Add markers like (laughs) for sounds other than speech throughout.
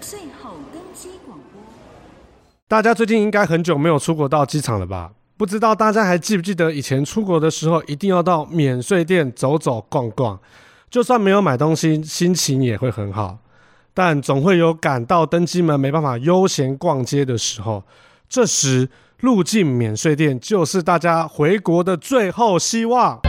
最后登机广播。大家最近应该很久没有出国到机场了吧？不知道大家还记不记得以前出国的时候，一定要到免税店走走逛逛，就算没有买东西，心情也会很好。但总会有赶到登机门没办法悠闲逛街的时候，这时入境免税店就是大家回国的最后希望。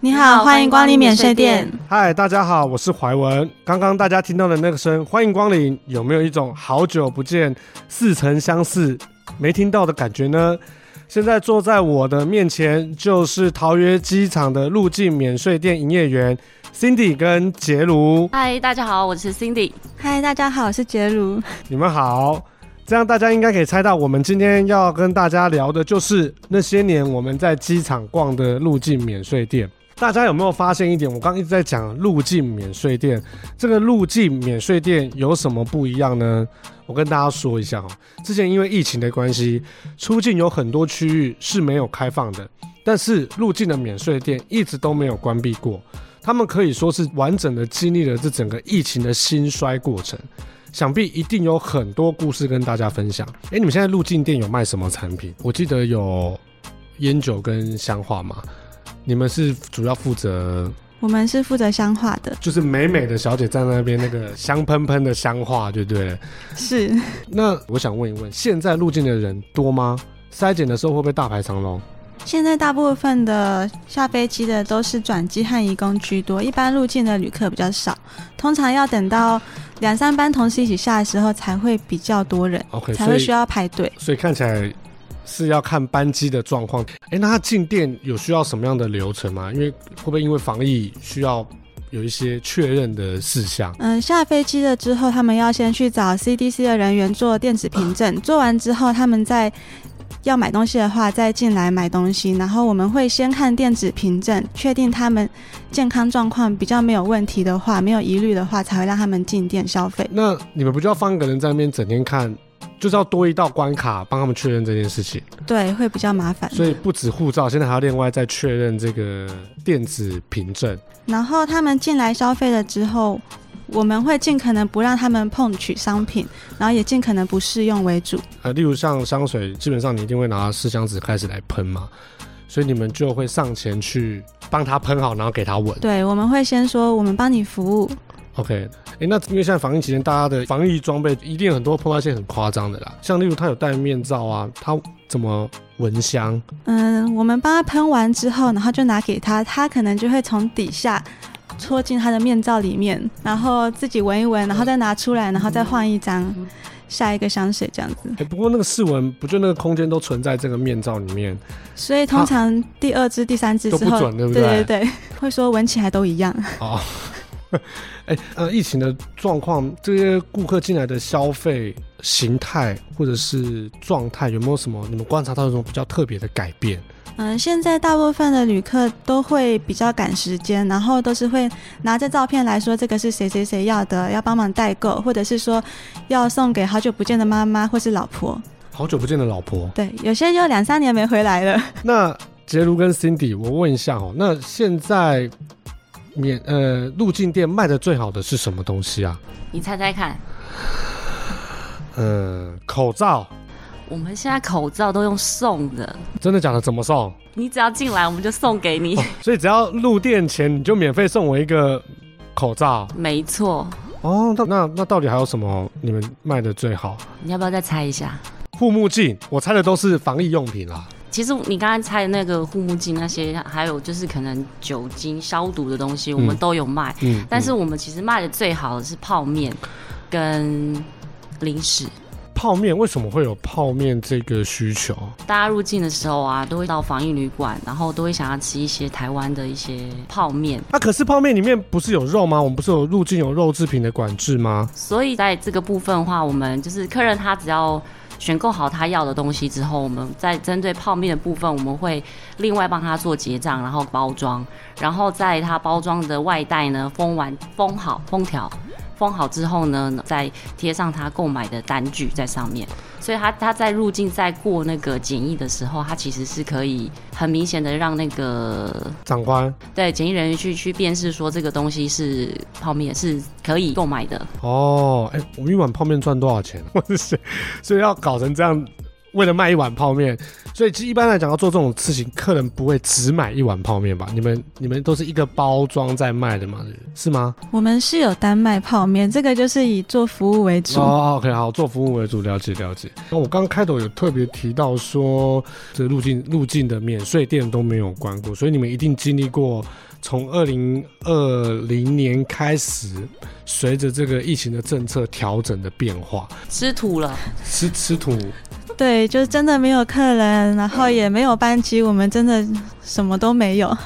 你好，欢迎光临免税店。嗨，大家好，我是怀文。刚刚大家听到的那个声“欢迎光临”，有没有一种好久不见、似曾相识、没听到的感觉呢？现在坐在我的面前就是桃园机场的入境免税店营业员 Cindy 跟杰如，嗨，大家好，我是 Cindy。嗨，大家好，我是杰如。你们好。这样大家应该可以猜到，我们今天要跟大家聊的就是那些年我们在机场逛的入境免税店。大家有没有发现一点？我刚刚一直在讲入境免税店，这个入境免税店有什么不一样呢？我跟大家说一下哦，之前因为疫情的关系，出境有很多区域是没有开放的，但是入境的免税店一直都没有关闭过，他们可以说是完整的经历了这整个疫情的兴衰过程。想必一定有很多故事跟大家分享。哎，你们现在入境店有卖什么产品？我记得有烟酒跟香化嘛。你们是主要负责，我们是负责香化的，就是美美的小姐站在那边那个香喷喷的香化，对不对？是 (laughs) 那我想问一问，现在入境的人多吗？筛检的时候会不会大排长龙？现在大部分的下飞机的都是转机和移工居多，一般入境的旅客比较少，通常要等到两三班同时一起下的时候才会比较多人 OK，才所会以需要排队。所以看起来是要看班机的状况。哎，那他进店有需要什么样的流程吗？因为会不会因为防疫需要有一些确认的事项？嗯，下飞机了之后，他们要先去找 CDC 的人员做电子凭证，做完之后，他们再要买东西的话，再进来买东西。然后我们会先看电子凭证，确定他们健康状况比较没有问题的话，没有疑虑的话，才会让他们进店消费。那你们不就要放一个人在那边整天看，就是要多一道关卡帮他们确认这件事情。对，会比较麻烦。所以不止护照，现在还要另外再确认这个电子凭证。然后他们进来消费了之后，我们会尽可能不让他们碰取商品，然后也尽可能不试用为主。呃，例如像香水，基本上你一定会拿试香纸开始来喷嘛，所以你们就会上前去帮他喷好，然后给他闻。对，我们会先说我们帮你服务， OK，哎、那因为现在防疫期间，大家的防疫装备一定有很多碰到一些很夸张的啦，像例如他有戴面罩啊，他怎么闻香？嗯，我们帮他喷完之后，然后就拿给他，他可能就会从底下戳进他的面罩里面，然后自己闻一闻，然后再拿出来，然后再换一张下一个香水这样子。哎、不过那个试闻不就那个空间都存在这个面罩里面，所以通常第二支、第三支都之不后，准对不对对对， (laughs) 会说闻起来都一样。哦，哎、呃，疫情的状况，这些顾客进来的消费形态或者是状态，有没有什么你们观察到一种比较特别的改变？嗯，现在大部分的旅客都会比较赶时间，然后都是会拿着照片来说这个是谁谁谁要的，要帮忙代购，或者是说要送给好久不见的妈妈或是老婆。好久不见的老婆，对，有些就两三年没回来了。那杰如跟 Cindy，我问一下哦，那现在免呃入境店卖的最好的是什么东西啊？你猜猜看，呃，口罩，我们现在口罩都用送的，真的假的？怎么送？你只要进来我们就送给你。哦所以只要入店前你就免费送我一个口罩没错，哦。那那那到底还有什么你们卖的最好？你要不要再猜一下？护目镜，我猜的都是防疫用品啦。其实你刚才猜的那个护目镜那些，还有就是可能酒精消毒的东西，我们嗯都有卖。嗯，但是嗯我们其实卖的最好的是泡面跟零食。泡面为什么会有泡面这个需求？大家入境的时候啊，都会到防疫旅馆，然后都会想要吃一些台湾的一些泡面，啊，可是泡面里面不是有肉吗？我们不是有入境有肉制品的管制吗？所以在这个部分的话，我们就是客人他只要选购好他要的东西之后，我们再针对泡面的部分，我们会另外帮他做结账，然后包装，然后在他包装的外带呢封完封好封条。封好之后呢，再贴上他购买的单据在上面。所以他他在入境在过那个检疫的时候，他其实是可以很明显的让那个长官对检疫人员去去辨识说这个东西是泡面是可以购买的。哦，哎、我一碗泡面赚多少钱？ (laughs) 我是谁？所以要搞成这样，为了卖一碗泡面，所以其实一般来讲要做这种事情，客人不会只买一碗泡面吧？你们你们都是一个包装在卖的嘛？是吗？我们是有单卖泡面，这个就是以做服务为主。哦，OK，好，做服务为主，了解了解。那我刚开头有特别提到说，这入境入境的免税店都没有关过，所以你们一定经历过从二零二零年开始，随着这个疫情的政策调整的变化，吃土了， (laughs) 吃吃土对，就是真的没有客人，然后也没有班机，我们真的什么都没有。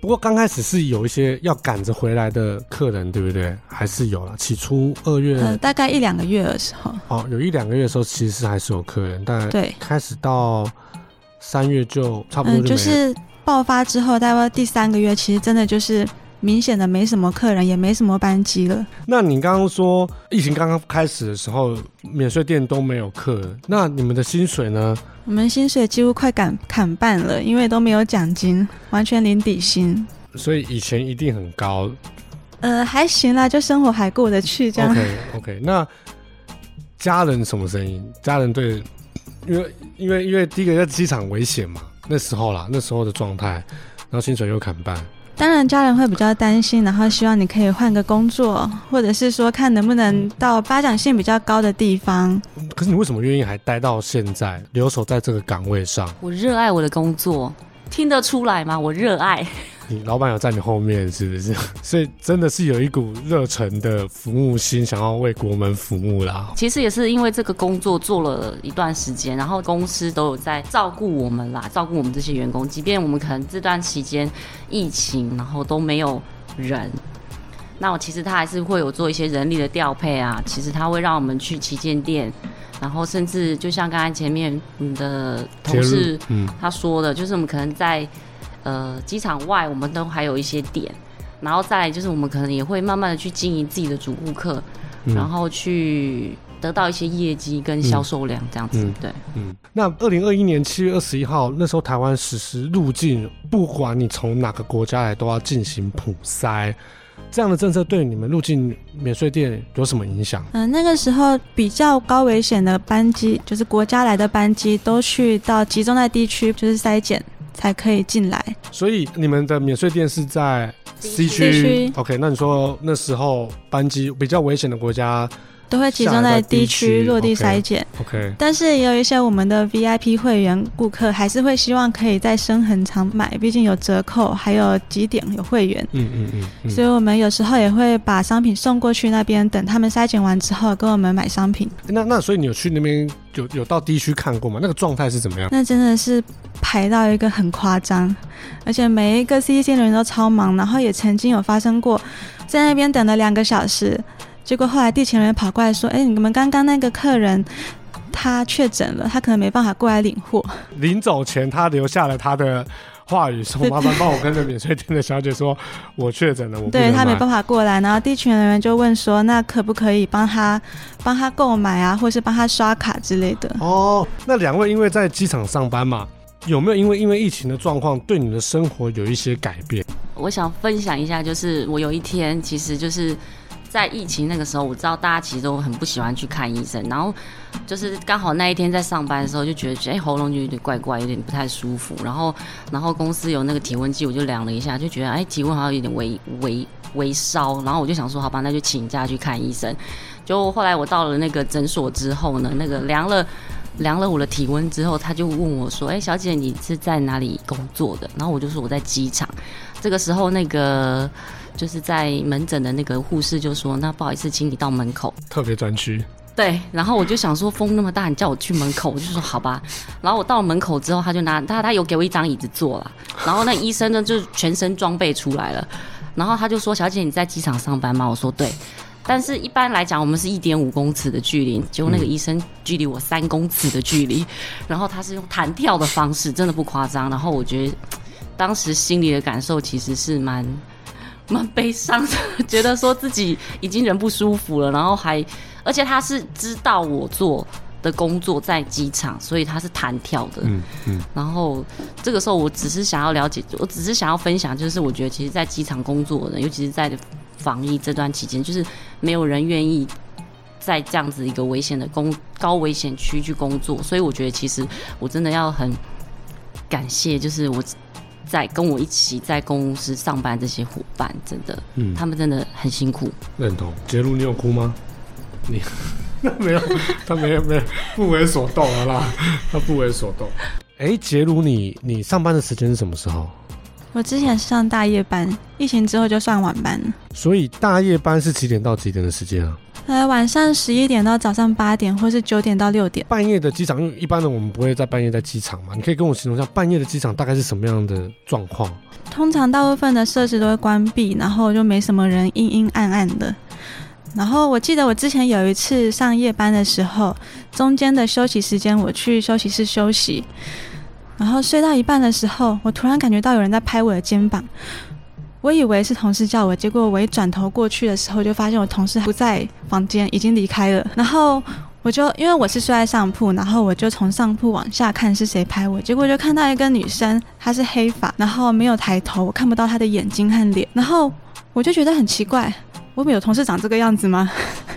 不过刚开始是有一些要赶着回来的客人，对不对？还是有啦。起初二月、呃，大概一两个月的时候，哦，有一两个月的时候，其实还是有客人，但对，开始到三月就差不多就没嗯，了。就是爆发之后，大概第三个月，其实真的就是明显的没什么客人，也没什么班机了。那你刚刚说疫情刚刚开始的时候，免税店都没有客人，那你们的薪水呢？我们薪水几乎快砍砍半了，因为都没有奖金，完全零底薪。所以以前一定很高。哦呃，还行啦，就生活还过得去这样。 OK OK，那家人什么声音？家人对，因为因为因为第一个在机场危险嘛，那时候啦，那时候的状态，然后薪水又砍半。当然，家人会比较担心，然后希望你可以换个工作，或者是说看能不能到发展性比较高的地方。可是你为什么愿意还待到现在，留守在这个岗位上？我热爱我的工作，听得出来吗？我热爱。 (laughs) 你老板有在你后面是不是？ (laughs) 所以真的是有一股热忱的服务心，想要为国门服务啦。其实也是因为这个工作做了一段时间，然后公司都有在照顾我们啦，照顾我们这些员工。即便我们可能这段期间疫情，然后都没有人，那我其实他还是会有做一些人力的调配啊。其实他会让我们去旗舰店，然后甚至就像刚才前面你的同切事入嗯，他说的，就是我们可能在呃机场外，我们都还有一些点，然后再来就是我们可能也会慢慢的去经营自己的主顾客，嗯然后去得到一些业绩跟销售量这样子，嗯对。嗯，那二零二一年七月二十一号，那时候台湾实施入境，不管你从哪个国家来，都要进行普筛。这样的政策对你们入境免税店有什么影响？嗯、那个时候比较高危险的班机，就是国家来的班机，都去到集中在地区，就是筛检才可以进来。所以你们的免税店是在 C C 区。区 OK，那你说那时候班机比较危险的国家都会集中在地区落地筛检， ，OK，但是也有一些我们的 VIP 会员顾客还是会希望可以在深恒常买，毕竟有折扣，还有几点有会员，嗯嗯嗯嗯，所以我们有时候也会把商品送过去那边，等他们筛检完之后跟我们买商品。那那所以你有去那边有有到地区看过吗？那个状态是怎么样？那真的是排到一个很夸张，而且每一个 CDC 人员都超忙，然后也曾经有发生过，在那边等了两个小时，结果后来地勤人员跑过来说：“哎，你们刚刚那个客人他确诊了，他可能没办法过来领货。”临走前，他留下了他的话语，说：“麻烦帮我跟着免税店的小姐说，我确诊了，我不对能他没买。办法过来，然后地勤人员就问说，那可不可以帮他帮他购买啊，或是帮他刷卡之类的”？哦，那两位因为在机场上班嘛，有没有因为因为疫情的状况，对你的生活有一些改变？我想分享一下，就是我有一天，其实就是在疫情那个时候，我知道大家其实都很不喜欢去看医生，然后就是刚好那一天在上班的时候，就觉得哎、喉咙就有点怪怪，有点不太舒服，然后然后公司有那个体温计，我就量了一下，就觉得哎、体温好像有点微微微烧，然后我就想说好吧，那就请假去看医生。就后来我到了那个诊所之后呢，那个量了。量了我的体温之后，他就问我说：“哎、小姐，你是在哪里工作的？”然后我就说我在机场。这个时候，那个就是在门诊的那个护士就说：“那不好意思，请你到门口。特别专区，”对，然后我就想说风那么大，你叫我去门口，我就说好吧。然后我到了门口之后，他就拿他他有给我一张椅子坐啦，然后那医生呢就全身装备出来了，然后他就说：“小姐，你在机场上班吗？”我说：“对。”但是，一般来讲，我们是一点五公尺的距离，结果那个医生距离我三公尺的距离， (laughs) 然后他是用弹跳的方式，真的不夸张。然后我觉得当时心里的感受其实是蛮蛮悲伤的，觉得说自己已经人不舒服了，然后还，而且他是知道我做的工作在机场，所以他是弹跳的。嗯嗯，然后这个时候，我只是想要了解，我只是想要分享，就是我觉得其实，在机场工作的人，尤其是在防疫这段期间，就是没有人愿意在这样子一个危险的工高危险区去工作，所以我觉得其实我真的要很感谢，就是我在跟我一起在公司上班这些伙伴，真的，嗯他们真的很辛苦。认同。杰路，你有哭吗？你 (laughs) 没有，他没有没有不为所动了啦，他不为所动。哎、杰如你你上班的时间是什么时候？我之前是上大夜班，疫情之后就算晚班了，所以大夜班是几点到几点的时间啊？呃，晚上十一点到早上八点，或是九点到六点。半夜的机场，因为一般的我们不会在半夜在机场嘛，你可以跟我形容一下半夜的机场大概是什么样的状况？通常大部分的设施都会关闭，然后就没什么人，阴阴暗暗的。然后我记得我之前有一次上夜班的时候，中间的休息时间我去休息室休息，然后睡到一半的时候，我突然感觉到有人在拍我的肩膀，我以为是同事叫我，结果我一转头过去的时候，就发现我同事不在房间，已经离开了。然后我就因为我是睡在上铺，然后我就从上铺往下看是谁拍我，结果就看到一个女生，她是黑发，然后没有抬头，我看不到她的眼睛和脸，然后我就觉得很奇怪，我们有同事长这个样子吗？ (laughs)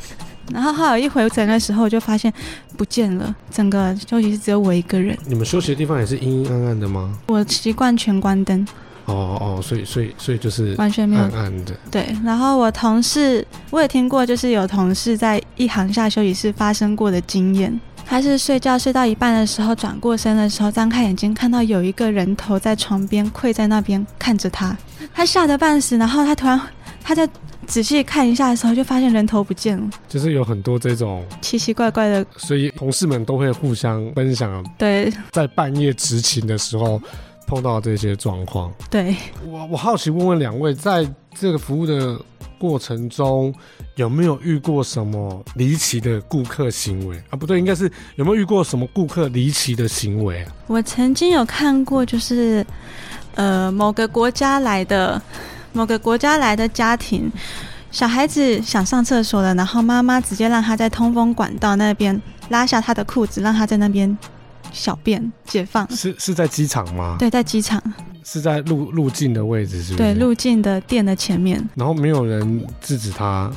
然后后来我一回诊的时候，我就发现不见了，整个休息室只有我一个人。你们休息的地方也是阴阴暗暗的吗？我习惯全关灯，哦哦，哦，所以所以所以就是呃完全没有暗暗的。对，然后我同事，我也听过，就是有同事在一行下休息室发生过的经验。他是睡觉睡到一半的时候，转过身的时候，张开眼睛看到有一个人头在床边跪在那边看着他，他吓得半死。然后他突然，他在仔细看一下的时候，就发现人头不见了，就是有很多这种，呃奇奇怪怪的。所以同事们都会互相分享对在半夜执勤的时候碰到这些状况。对，我我好奇问问两位，在这个服务的过程中，有没有遇过什么离奇的顾客行为啊？不对，应该是有没有遇过什么顾客离奇的行为啊？我曾经有看过，就是呃某个国家来的某个国家来的家庭，小孩子想上厕所了，然后妈妈直接让他在通风管道那边拉下他的裤子，让他在那边小便解放。是是在机场吗？，对，在机场，是在路路径的位置，是不是？对入境的店的前面然后没有人制止他，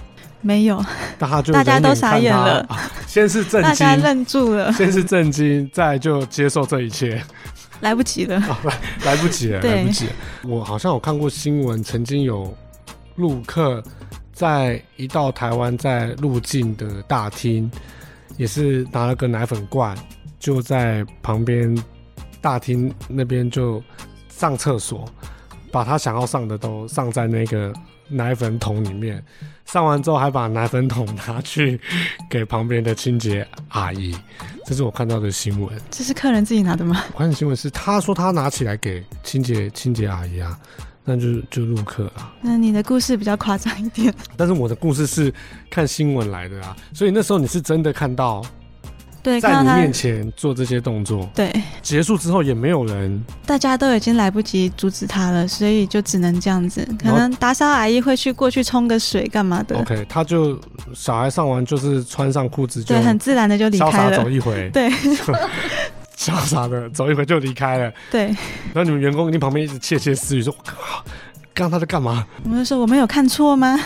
没有，但他就大家冷眼都傻眼看他了啊先是震大家惊，愣住了，先是震惊，再就接受这一切。来不及了。 (laughs) 来不及了，对来不及了。我好像有看过新闻，曾经有陆客在一到台湾，在入境的大厅，也是拿了个奶粉罐，就在旁边大厅那边就上厕所，把他想要上的都上在那个奶粉桶里面，上完之后还把奶粉桶拿去给旁边的清洁阿姨，这是我看到的新闻。这是客人自己拿的吗？我看的新闻是，他说他拿起来给清洁清洁阿姨啊，那就就入客啊。那你的故事比较夸张一点。但是我的故事是看新闻来的啊，所以那时候你是真的看到对，在看你到面他，前做这些动作，对，结束之后也没有人，大家都已经来不及阻止他了，所以就只能这样子。可然后能打扫阿姨会去过去冲个水干嘛的 OK，他就小孩上完就是穿上裤子就对，很自然的就离潇开洒走了。一回，对 (laughs) 潇洒的走一回就离开了。对，然后你们员工一定旁边一直窃窃私语说：“我靠，刚刚他在干嘛？”我们就说我们有看错吗？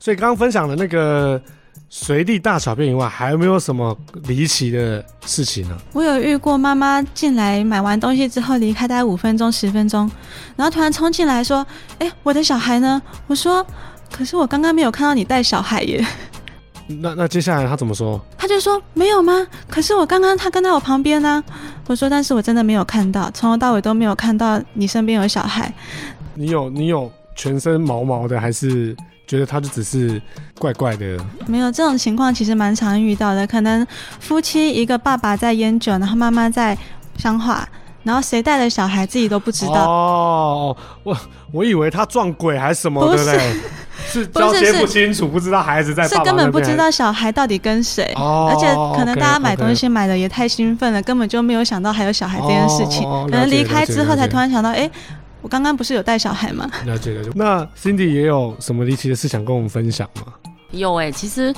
所以刚刚分享的那个随地大小便以外，还有没有什么离奇的事情呢？我有遇过妈妈进来买完东西之后离开大概五分钟十分钟，然后突然冲进来说：“哎，我的小孩呢？”我说：“可是我刚刚没有看到你带小孩耶。”那那接下来他怎么说？他就说没有吗？可是我刚刚他跟在我旁边呢、我说，但是我真的没有看到，从头到尾都没有看到你身边有小孩。你有你有全身毛毛的，还是觉得他就只是怪怪的？没有这种情况，其实蛮常遇到的。可能夫妻一个爸爸在烟酒，然后妈妈在香化，然后谁带的小孩自己都不知道。哦，我我以为他撞鬼还是什么的嘞，是不是交接是不清楚，不知道孩子在爸是爸根本不那知边道小孩到底跟谁，还。哦，而且可能大家买东 OK，OK 西买的也太兴奋了，根本就没有想到还有小孩这件事情。哦哦哦可能离开之后才突了然想到，哎、我刚刚不是有带小孩吗？了解了解。那 Cindy 也有什么离奇的事想跟我们分享吗？有哎、其实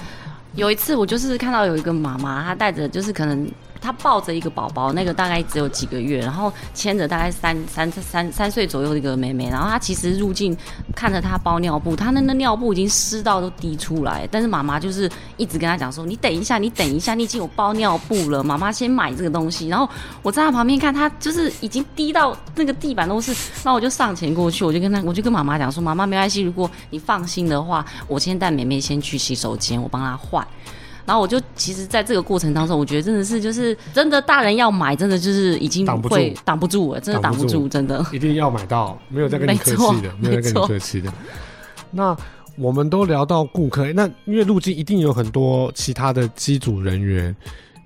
有一次我就是看到有一个妈妈，她带着就是可能她抱着一个宝宝，那个大概只有几个月，然后牵着大概三三三三岁左右的一个妹妹，然后她其实入境看着她包尿布，她那那尿布已经湿到都滴出来，但是妈妈就是一直跟她讲说，你等一下，你等一下，你已经有包尿布了，妈妈先买这个东西。然后我站在旁边看，她就是已经滴到那个地板都是，然后我就上前过去，我就跟她，我就跟妈妈讲说，妈妈没关系，如果你放心的话，我先带妹妹先去洗手间，我帮她换。然后我就其实，在这个过程当中，我觉得真的是就是真的，大人要买，真的就是已经挡不住会挡不住了，真的挡挡不不住住，真的。 (laughs) 一定要买到，没有在跟你客气的，没没有在错跟你没错客气的。那我们都聊到顾客，那因为路径一定有很多其他的机组人员，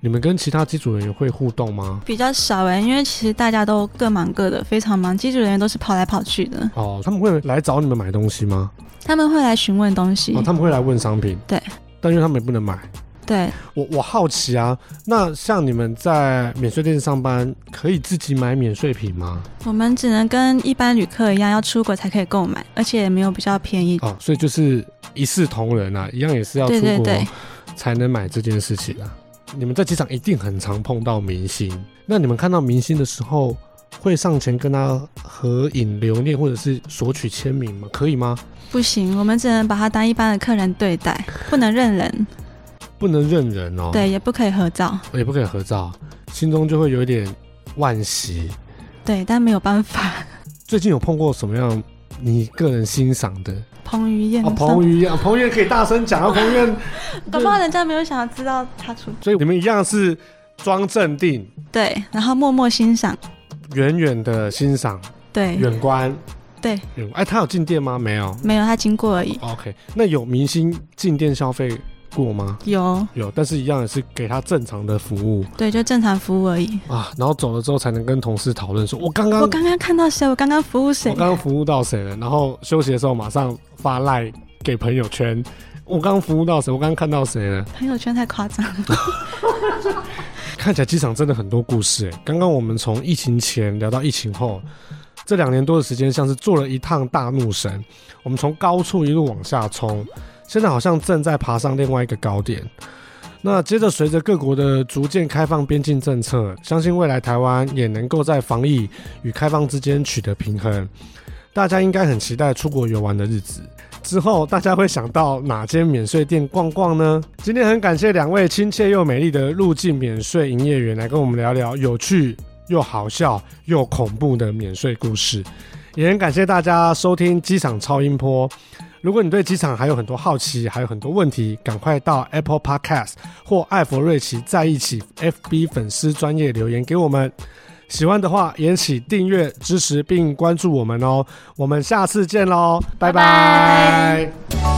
你们跟其他机组人员会互动吗？比较少哎、因为其实大家都各忙各的，非常忙，机组人员都是跑来跑去的，哦，他们会来找你们买东西吗？他们会来询问东西。哦，他们会来问商品。嗯对，但因为他们也不能买。对，我我好奇啊，那像你们在免税店上班，可以自己买免税品吗？我们只能跟一般旅客一样，要出国才可以购买，而且也没有比较便宜。哦，所以就是一视同仁啊，一样也是要出对对国对，才能买这件事情啊。你们在机场一定很常碰到明星，那你们看到明星的时候，会上前跟他合影留念，或者是索取签名吗？可以吗？不行，我们只能把它当一般的客人对待，不能认人，不能认人哦，，对，也不可以合照，也不可以合照，心中就会有一点惋惜。对，但没有办法。 (laughs) 最近有碰过什么样你个人欣赏的？彭于晏哦，的照片，彭于晏，彭于晏可以大声 (laughs) 讲啊，彭于晏，搞不好人家没有想要知道他出所以你们一样是装镇定，对，然后默默欣赏，远远的欣赏，对远观，对，远哎，他有进店吗？没有，没有他经过而已。 OK，那有明星进店消费过吗？有，有，但是一样也是给他正常的服务对，就正常服务而已。啊，然后走了之后才能跟同事讨论说，我刚刚我刚刚看到谁？我刚刚服务谁啊我？刚刚服务到谁了，然后休息的时候马上发赖给朋友圈，我刚刚服务到谁，我刚刚看到谁了。朋友圈太夸张了。看起来机场真的很多故事哎、刚刚我们从疫情前聊到疫情后，这两年多的时间像是做了一趟大怒神，我们从高处一路往下冲，现在好像正在爬上另外一个高点。那接着，随着各国的逐渐开放边境政策，相信未来台湾也能够在防疫与开放之间取得平衡。大家应该很期待出国游玩的日子。之后大家会想到哪间免税店逛逛呢？今天很感谢两位亲切又美丽的入境免税营业员来跟我们聊聊有趣又好笑又恐怖的免税故事，也很感谢大家收听机场超音波。如果你对机场还有很多好奇，还有很多问题，赶快到 Apple Podcast 或艾佛瑞奇在一起 FB 粉丝专业留言给我们。喜欢的话，也请订阅、支持并关注我们哦。我们下次见喽，拜拜。拜